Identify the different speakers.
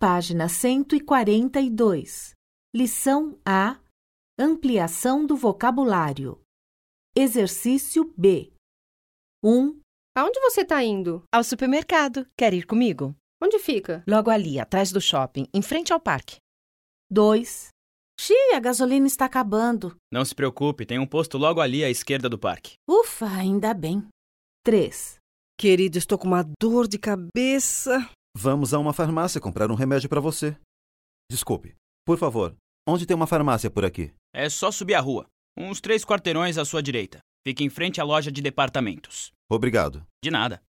Speaker 1: página 142. Lição A. Ampliação do vocabulário. Exercício B. 1,
Speaker 2: Aonde você tá indo?
Speaker 3: Ao supermercado. Quer ir comigo?
Speaker 2: Onde fica?
Speaker 3: Logo ali, atrás do shopping, em frente ao parque.
Speaker 1: 2, Xi, a gasolina está acabando.
Speaker 4: Não se preocupe, tem um posto logo ali à esquerda do parque.
Speaker 1: Ufa, ainda bem. 3,
Speaker 5: Querido, estou com uma dor de cabeça.
Speaker 6: Vamos a uma farmácia comprar um remédio para você. Desculpe, por favor, onde tem uma farmácia por aqui?
Speaker 4: É só subir a rua, uns três quarteirões à sua direita. Fica em frente à loja de departamentos.
Speaker 6: Obrigado.
Speaker 4: De nada.